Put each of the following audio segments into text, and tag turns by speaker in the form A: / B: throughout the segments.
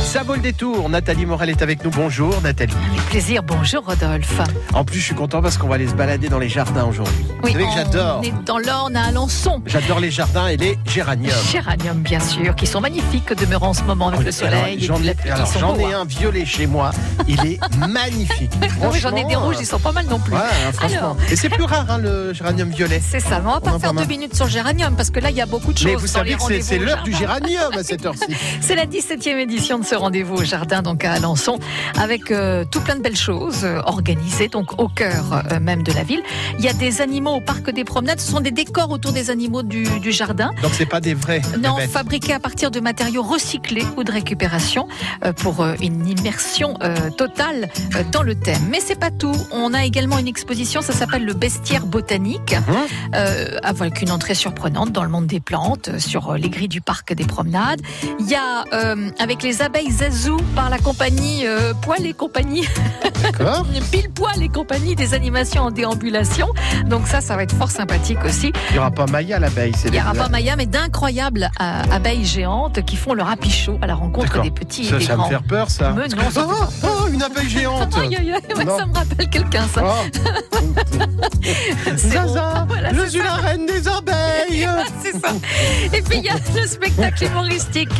A: Ça vaut le détour. Nathalie Morel est avec nous. Bonjour Nathalie.
B: Avec plaisir, bonjour Rodolphe.
A: En plus, je suis content parce qu'on va aller se balader dans les jardins aujourd'hui. Vous savez que
B: on
A: j'adore.
B: est dans l'Orne à Alençon.
A: J'adore les jardins et les géraniums.
B: Géranium, bien sûr, qui sont magnifiques demeurant en ce moment avec
A: Oh,
B: le soleil.
A: alors, J'en
B: et
A: ai,
B: puis la-
A: alors,
B: ils sont
A: j'en
B: beaux,
A: ai
B: hein.
A: un violet chez moi. Il est magnifique.
B: Non, mais J'en ai des
A: Franchement,
B: rouges, ils sont pas mal non plus.
A: Ouais, hein, franchement.
B: Alors.
A: Et c'est plus rare hein, le géranium violet.
B: C'est ça, mais on va
A: en
B: pas faire
A: parle.
B: deux minutes sur le géranium parce que là, il y a beaucoup de choses.
A: Mais vous
B: dans
A: savez
B: les
A: que c'est- c'est
B: rendez-vous au
A: l'heure du géranium à cette heure-ci.
B: C'est la 17e édition de ce rendez-vous au jardin, donc à Alençon, avec euh, tout plein de belles choses euh, organisées, donc au cœur euh, même de la ville. Il y a des animaux au parc des promenades, ce sont des décors autour des animaux du, du jardin,
A: Donc c'est pas des vrais.
B: non,
A: bébêtes.
B: fabriqués à partir de matériaux recyclés ou de récupération, euh, pour euh, une immersion euh, totale euh, dans le thème. Mais c'est pas tout, on a également une exposition, ça s'appelle le bestiaire botanique
A: Mhm.
B: euh, avec une entrée surprenante dans le monde des plantes, euh, sur euh, les grilles du parc des promenades. Il y a euh, avec les abeilles Zazou par la compagnie euh, Poil et compagnie,
A: D'accord.
B: pile poil et compagnie des animations en déambulation. Donc ça, ça va être fort sympathique aussi.
A: Il n'y aura pas Maya l'abeille. c'est
B: Il y aura
A: les-
B: pas Maya, mais d'incroyables euh, abeilles géantes qui font leur apichot à la rencontre
A: D'accord.
B: des petits et
A: Ça,
B: des
A: ça me
B: grands.
A: fait peur, ça.
B: Mais non, ça
A: oh, oh, une abeille
B: Ah,
A: géante.
B: aïe, aïe, aïe, ouais,
A: Non.
B: ça me rappelle quelqu'un, ça.
A: Oh.
B: C'est bon. Ah,
A: Zaza,
B: Voilà,
A: je
B: c'est
A: suis la reine des abeilles.
B: C'est ça. Et puis il y a le spectacle humoristique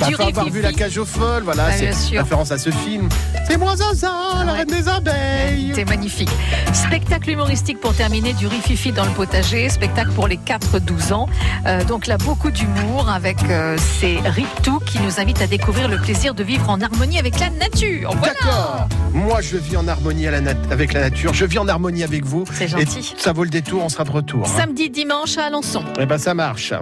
A: Bah,
B: du
A: Après avoir vu
B: Rififi.
A: la cage aux folles, voilà,
B: Bah, bien
A: c'est
B: sûr. Ah,
A: référence à ce film. C'est moi Zaza, la
B: Ouais.
A: reine des abeilles.
B: C'était magnifique. Spectacle humoristique pour terminer du rififi dans le potager, spectacle pour les 4-12 ans. Euh, donc là, beaucoup d'humour avec euh, ces ritou qui nous invitent à découvrir le plaisir de vivre en harmonie avec la nature. Voilà.
A: D'accord. Moi, je vis en harmonie à la nat- avec la nature. Je vis en harmonie avec vous.
B: C'est
A: Et
B: gentil.
A: ça vaut le détour. On sera de retour. hein.
B: Samedi, dimanche à Alençon.
A: Eh ben, ça marche.